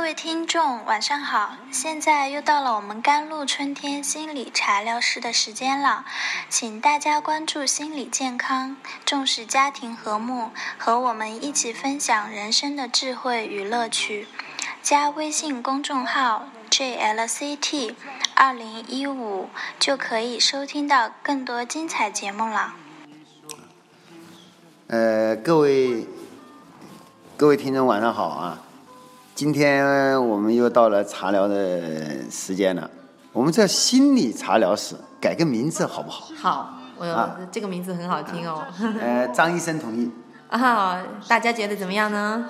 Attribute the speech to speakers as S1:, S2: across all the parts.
S1: 位听众，晚上好！现在又到了我们甘露春天心理茶疗室的时间了，请大家关注心理健康，重视家庭和睦，和我们一起分享人生的智慧与乐趣。加微信公众号 JLCT 二零一五，就可以收听到更多精彩节目了。
S2: 呃，各位各位听众，晚上好啊！今天我们又到了茶聊的时间了，我们叫心理茶疗室，改个名字好不 好？
S3: 好，我、
S2: 啊
S3: 这个名字很好听哦。
S2: 呃，张医生同意，
S3: 啊，大家觉得怎么样呢？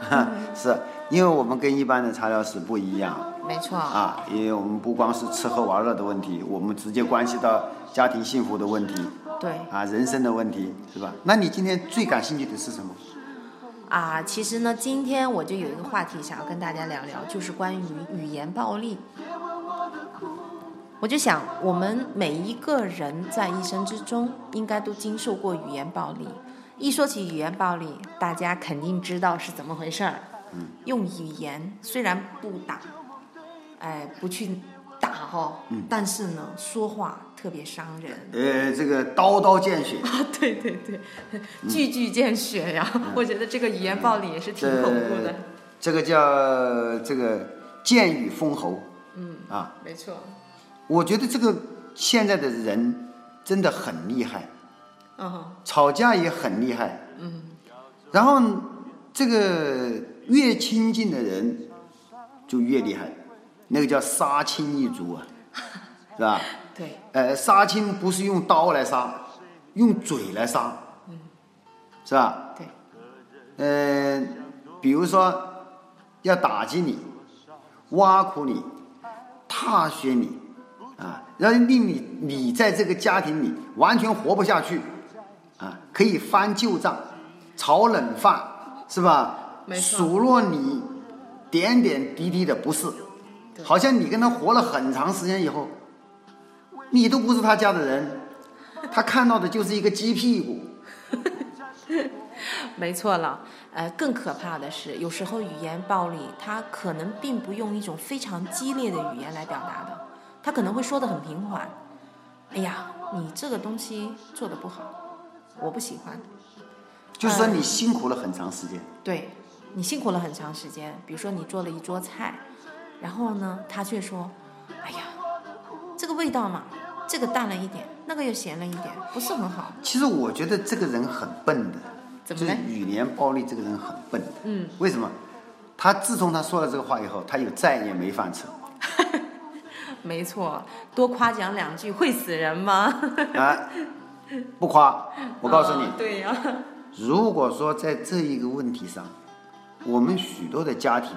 S2: 是因为我们跟一般的茶疗室不一样
S3: 没错，
S2: 啊，因为我们不光是吃喝玩乐的问题，我们直接关系到家庭幸福的问题
S3: 对
S2: 啊，人生的问题，是吧？那你今天最感兴趣的是什么？
S3: 啊，其实呢，今天我就有一个话题想要跟大家聊聊，就是关于语言暴力。我就想，我们每一个人在一生之中，应该都经受过语言暴力。一说起语言暴力，大家肯定知道是怎么回事儿。用语言虽然不打，哎，不去打哦，但是呢，说话特别伤人。
S2: 呃，这个刀刀见血，
S3: 对对对， 句句见血呀！我觉得这个语言暴力也是挺
S2: 这
S3: 恐怖的。
S2: 这个叫这个剑雨封喉，嗯啊，
S3: 没错，
S2: 我觉得这个现在的人真的很厉害，
S3: 嗯哼，
S2: 吵架也很厉害，嗯，然后这个越亲近的人就越厉害，那个叫杀亲一族 啊，是吧？
S3: 对，
S2: 呃，杀亲不是用刀来杀，用嘴来杀，嗯，是吧？
S3: 对，
S2: 呃，比如说要打击你、挖苦你、踏雪你，啊，然后令你你在这个家庭里完全活不下去，啊，可以翻旧账、炒冷饭，是吧？
S3: 没错
S2: 数落你点点滴滴的不是，好像你跟他活了很长时间以后，你都不是他家的人，他看到的就是一个鸡屁股。
S3: 没错了。呃，更可怕的是，有时候语言暴力，它可能并不用一种非常激烈的语言来表达的，它可能会说的很平缓。哎呀，你这个东西做的不好，我不喜欢。
S2: 就是说你辛苦了很长时间，
S3: 对你辛苦了很长时间，比如说你做了一桌菜，然后呢，他却说：“哎呀，这个味道嘛，这个淡了一点，那个又咸了一点，不是很好。
S2: 其实我觉得这个人很笨的，
S3: 怎
S2: 就
S3: 么
S2: 是
S3: 嘞
S2: 语言暴力这个人很笨的。
S3: 嗯，
S2: 为什么？他自从他说了这个话以后，他就再也没饭吃”
S3: 没错，多夸奖两句会死人吗？
S2: 啊！不夸， 我告诉你
S3: 啊， 对呀、
S2: 如果说在这一个问题上，我们许多的家庭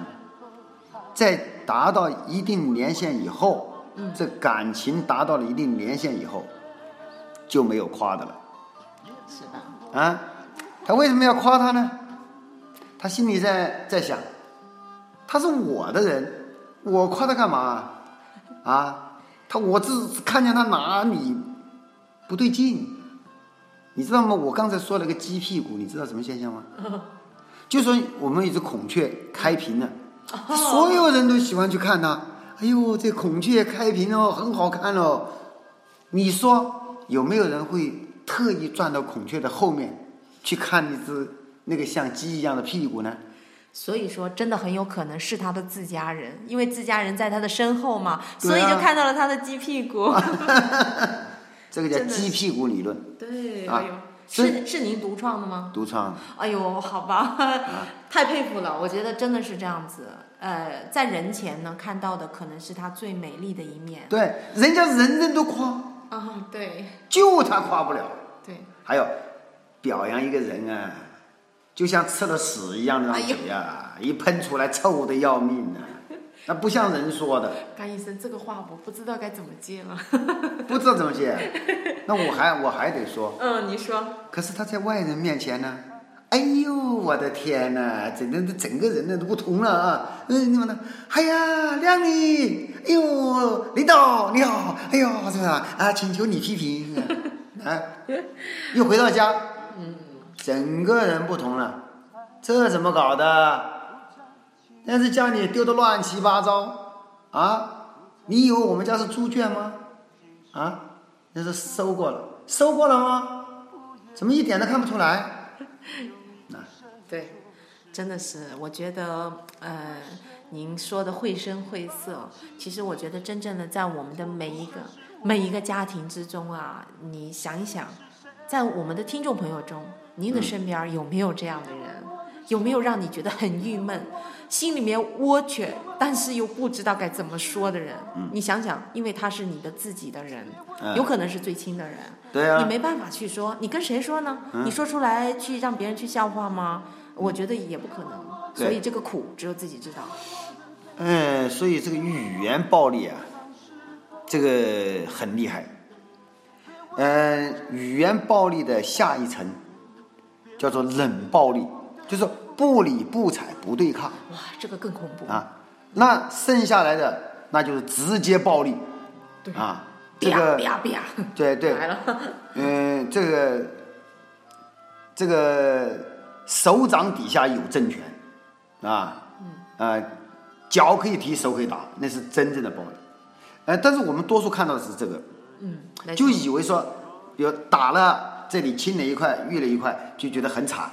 S2: 在达到一定年限以后，
S3: 嗯
S2: 这感情达到了一定年限以后，就没有夸的了。
S3: 是的，
S2: 啊，他为什么要夸他呢？他心里在在想，他是我的人，我夸他干嘛？啊，他我只只看见他哪里不对劲，你知道吗？我刚才说了个鸡屁股，你知道什么现 象吗？就说我们有只孔雀开屏了，
S3: 哦
S2: 所有人都喜欢去看它。哎呦，这孔雀开屏哦，很好看哦。你说有没有人会特意转到孔雀的后面去看一只那个像鸡一样的屁股呢？
S3: 所以说真的很有可能是他的自家人，因为自家人在他的身后嘛，
S2: 对啊啊
S3: 所以就看到了他的鸡屁股。
S2: 这个叫
S3: 真的是
S2: 鸡屁股理论，
S3: 对，
S2: 啊
S3: 哎呦，
S2: 所以
S3: 是是您独创的吗？
S2: 独 创。
S3: 哎呦，好吧，
S2: 啊
S3: 太佩服了，我觉得真的是这样子。呃，在人前呢，看到的可能是他最美丽的一面。
S2: 对，人家人人都夸，
S3: 啊，对
S2: 就他夸不了。
S3: 对，
S2: 还有，表扬一个人啊，就像吃了屎一样的
S3: 哎
S2: 让
S3: 呦
S2: 嘴呀、一喷出来臭的要命啊，那不像人说的。
S3: 甘医生这个话我不知道该怎么接了。
S2: 不知道怎么接，那我还我还得说，
S3: 嗯，你说，
S2: 可是他在外人面前呢，哎呦我的天呐，整个整个人呢都不同了啊，嗯，你们呢？哎呀，靓女，哎呦，领导你好，哎呦，是吧？啊，请求你批评，啊，又回到家，嗯，整个人不同了，这怎么搞的？要是家里丢的乱七八糟啊，你以为我们家是猪圈吗？啊，那是收过了，收过了吗？怎么一点都看不出来？
S3: 对，真的是，我觉得，呃，您说的绘声绘色，其实我觉得真正的在我们的每一个每一个家庭之中啊，你想一想，在我们的听众朋友中，您的身边儿有没有这样的人？有没有让你觉得很郁闷，心里面窝屈，但是又不知道该怎么说的人？你想想，因为他是你的自己的人，
S2: 嗯
S3: 有可能是最亲的人，
S2: 对啊嗯
S3: 你没办法去说，你跟谁说呢？你说出来去让别人去笑话吗？我觉得也不可能。
S2: 对
S3: 所以这个苦只有自己知道。
S2: 嗯，所以这个语言暴力啊，这个很厉害。嗯、语言暴力的下一层叫做冷暴力，就是不理不睬、不对抗
S3: 哇，这个更恐怖！
S2: 啊。那剩下来的那就是直接暴力
S3: 对，
S2: 啊。这
S3: 啪
S2: 个
S3: 啪啪，
S2: 对对，
S3: 来了。
S2: 嗯，这个这个手掌底下有政权啊，啊，脚可以踢，手可以打，那是真正的暴力。呃，但是我们多数看到的是这个，
S3: 嗯，来
S2: 就以为说有打了这里亲了一块，遇了一块，就觉得很惨。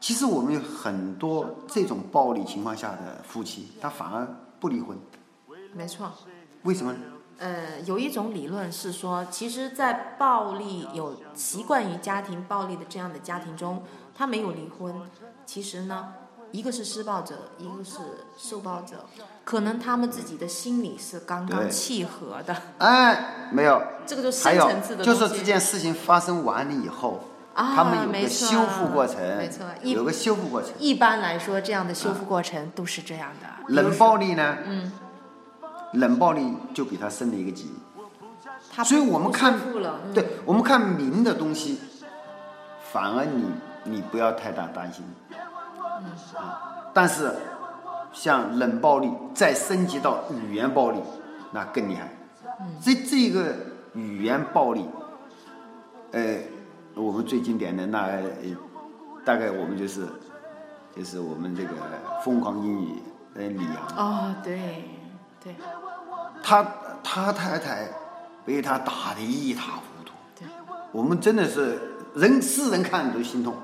S2: 其实我们有很多这种暴力情况下的夫妻，他反而不离婚，
S3: 没错。
S2: 为什么呢？
S3: 呃，有一种理论是说，其实，在暴力有习惯于家庭暴力的这样的家庭中，他没有离婚，其实呢，一个是施暴者，一个是受暴者，可能他们自己的心理是刚刚
S2: 对
S3: 契合的，
S2: 哎，没有，
S3: 这个就
S2: 还
S3: 深
S2: 有
S3: 层次的
S2: 就
S3: 东
S2: 是
S3: 西。
S2: 这件事情发生完了以后，
S3: 啊
S2: 他们有
S3: 没
S2: 个
S3: 错
S2: 修复过程，
S3: 没错一
S2: 有个修复过程。
S3: 一般来说，这样的修复过程都是这样的。
S2: 冷暴力呢，
S3: 嗯，
S2: 冷暴力就比他升了一个级。
S3: 他
S2: 所以我们看
S3: 不修复了，嗯、
S2: 对我们看明的东西，反而你你不要太大担心。嗯啊，但是像冷暴力再升级到语言暴力，那更厉害。这这个语言暴力，呃，我们最经典的那、呃大概我们就是就是我们这个疯狂英语呃李阳。
S3: 哦，对对
S2: 他他太太被他打得一塌糊涂，
S3: 对，
S2: 我们真的是人世人看都心痛。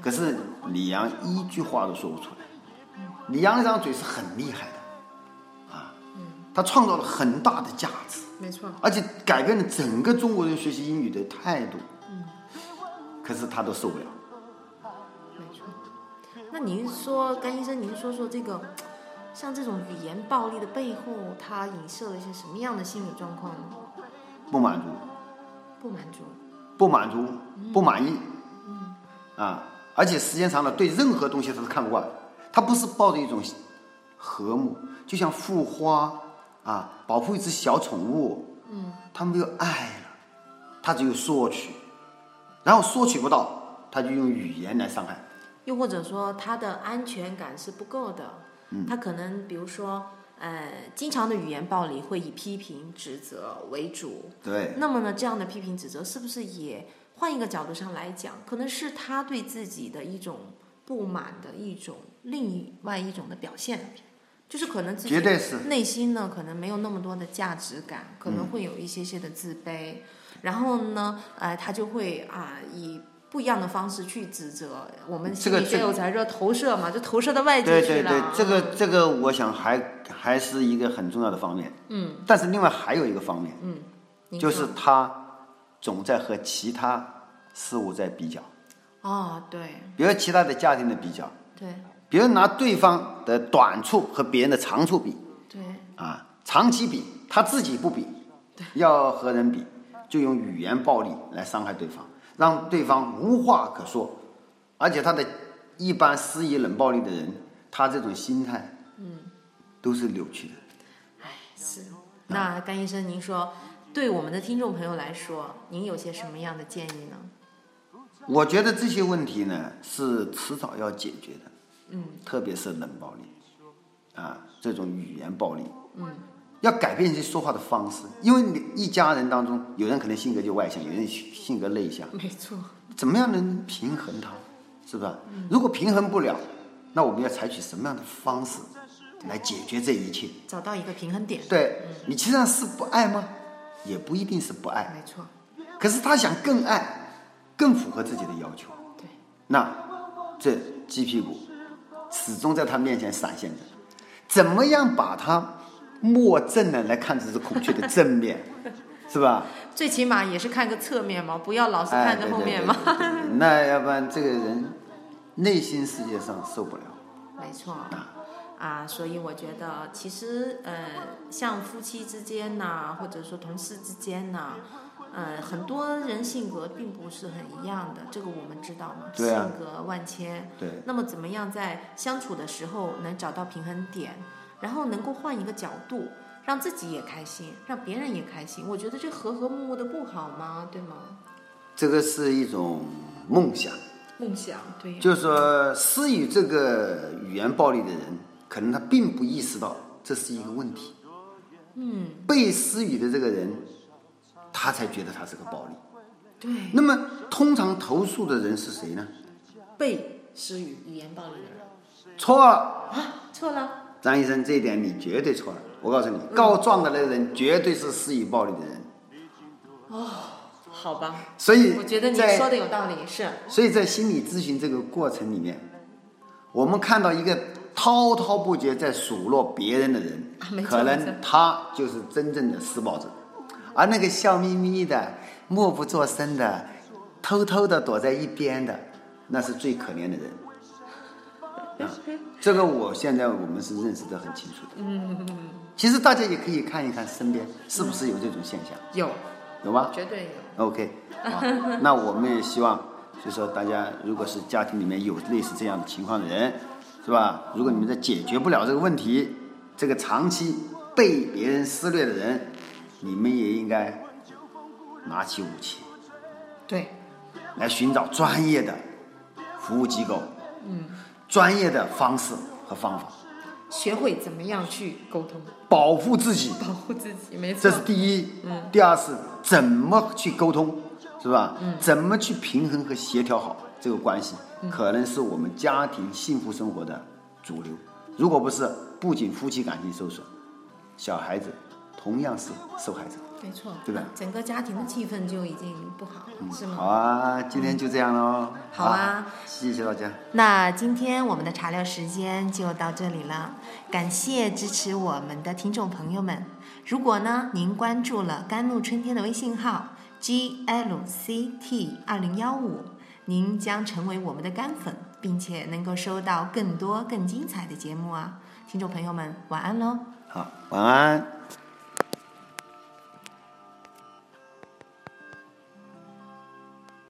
S2: 可是李阳一句话都说不出来。李阳那张嘴是很厉害的，啊，他创造了很大的价值，
S3: 没错，
S2: 而且改变了整个中国人学习英语的态度。可是他都受不了。
S3: 没错。那您说，甘医生，您说说这个，像这种语言暴力的背后，它影射了一些什么样的心理状况呢？
S2: 不满足，
S3: 不满足，
S2: 不满足，
S3: 嗯
S2: 不满意，啊，而且时间长了，对任何东西他都看不惯，他不是抱着一种和睦，就像护花啊，保护一只小宠物，嗯，他没有爱了，他只有索取，然后索取不到，他就用语言来伤害，
S3: 又或者说他的安全感是不够的，他可能比如说，呃，经常的语言暴力会以批评、指责为主。
S2: 对，
S3: 那么呢，这样的批评指责是不是也换一个角度上来讲，可能是他对自己的一种不满的一种另外一种的表现，就是可能自己
S2: 绝对嗯是
S3: 内心呢，可能没有那么多的价值感，可能会有一些些的自卑，然后呢，呃，他就会啊、以不一样的方式去指责我们
S2: 这
S3: 心
S2: 个
S3: 理
S2: 这
S3: 学有才说投射嘛，就投射到外界
S2: 对
S3: 去
S2: 对
S3: 了。
S2: 对，这个这个，我想还还是一个很重要的方面，嗯，但是另外还有一个方面，
S3: 您
S2: 就
S3: 说
S2: 是他总在和其他事物在比较。
S3: 哦，对
S2: 比如其他的家庭的比较，
S3: 对
S2: 比如拿对方的短处和别人的长处比
S3: 对，
S2: 啊，长期比，他自己不比，要和人比，就用语言暴力来伤害对方，让对方无话可说，而且他的一般施以冷暴力的人，他这种心态，嗯，都是扭曲的。
S3: 是。那甘医生，您说对我们的听众朋友来说，您有些什么样的建议呢？
S2: 我觉得这些问题呢是迟早要解决的，嗯，特别是冷暴力，啊，这种语言暴力，嗯，要改变一些说话的方式，因为你一家人当中，有人可能性格就外向，有人性格内向，
S3: 没错，
S2: 怎么样能嗯平衡它，是吧？如果平衡不了，那我们要采取什么样的方式来解决这一切。
S3: 找到一个平衡点。
S2: 对你其实上是不爱吗？也不一定是不爱，
S3: 没错，
S2: 可是他想更爱，更符合自己的要求。
S3: 对，
S2: 那这鸡屁股始终在他面前闪现着。怎么样把它莫正的来看这只孔雀的正面， 是吧？
S3: 最起码也是看个侧面嘛，不要老是
S2: 哎，
S3: 看
S2: 对
S3: 着
S2: 对
S3: 后面
S2: 对
S3: 嘛。
S2: 对对对那要不然这个人内心世界上受不了。
S3: 没错，啊，所以我觉得其实呃，像夫妻之间呐、或者说同事之间呐、呃，很多人性格并不是很一样的，这个我们知道嘛，
S2: 对啊
S3: 性格万千。
S2: 对，
S3: 那么怎么样在相处的时候能找到平衡点，然后能够换一个角度，让自己也开心，让别人也开心？我觉得这和和睦睦的不好吗？对吗？
S2: 这个是一种梦想。
S3: 梦想，对呀、
S2: 就是说，施予这个语言暴力的人，可能他并不意识到这是一个问题。嗯，被施予的这个人，他才觉得他是个暴力。
S3: 对，
S2: 那么，通常投诉的人是谁呢？
S3: 被施予语言暴力的人
S2: 错了，
S3: 啊， 错了，
S2: 张医生，这一点你绝对错了。我告诉你，告状的那个人绝对是施予暴力的人。
S3: 好吧。
S2: 所以，
S3: 我觉得你
S2: 在
S3: 说的有道理，是
S2: 所以在心理咨询这个过程里面，我们看到一个滔滔不绝在数落别人的人
S3: 啊没，错
S2: 可
S3: 没错
S2: 能他就是真正的施暴者，而那个笑眯眯的、默不作声的、偷偷的躲在一边的，那是最可怜的人。啊，这个我现在我们是认识的很清楚的。
S3: 嗯
S2: 其实大家也可以看一看身边是不是有这种现象，
S3: 有，
S2: 有吧？
S3: 绝对有。
S2: OK，好，那我们也希望，就说大家如果是家庭里面有类似这样的情况的人，是吧？如果你们在解决不了这个问题，这个长期被别人撕裂的人，你们也应该拿起武器
S3: 对，
S2: 来寻找专业的服务机构，嗯，专业的方式和方法，
S3: 学会怎么样去沟通，
S2: 保护自己。
S3: 保护自己，没错
S2: 这是。第一，
S3: 嗯
S2: 第二是怎么去沟通，是吧？
S3: 嗯
S2: 怎么去平衡和协调好这个关系，可能是我们家庭幸福生活的主流。如果不是，不仅夫妻感情受损，小孩子同样是受害者。
S3: 没错，
S2: 对吧
S3: 整个家庭的气氛就已经不好了，是吗？
S2: 好啊，今天就这样喽。
S3: 好啊
S2: 谢谢大家。
S3: 那今天我们的茶聊时间就到这里了，感谢支持我们的听众朋友们。如果呢您关注了甘露春天的微信号 G L C T 二零幺五，您将成为我们的干粉，并且能够收到更多更精彩的节目啊！听众朋友们，晚安喽。
S2: 好，晚安。